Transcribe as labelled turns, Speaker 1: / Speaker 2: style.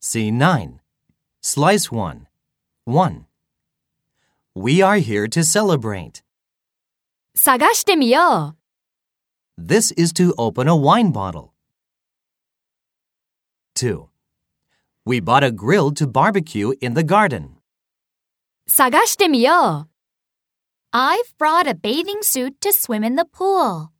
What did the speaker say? Speaker 1: Scene 9. Slice 1. 1. We are here to celebrate.
Speaker 2: 探してみよう。
Speaker 1: This is to open a wine bottle. 2. We bought a grill to barbecue in the garden.
Speaker 2: 探してみよう。I've brought a bathing suit to swim in the pool.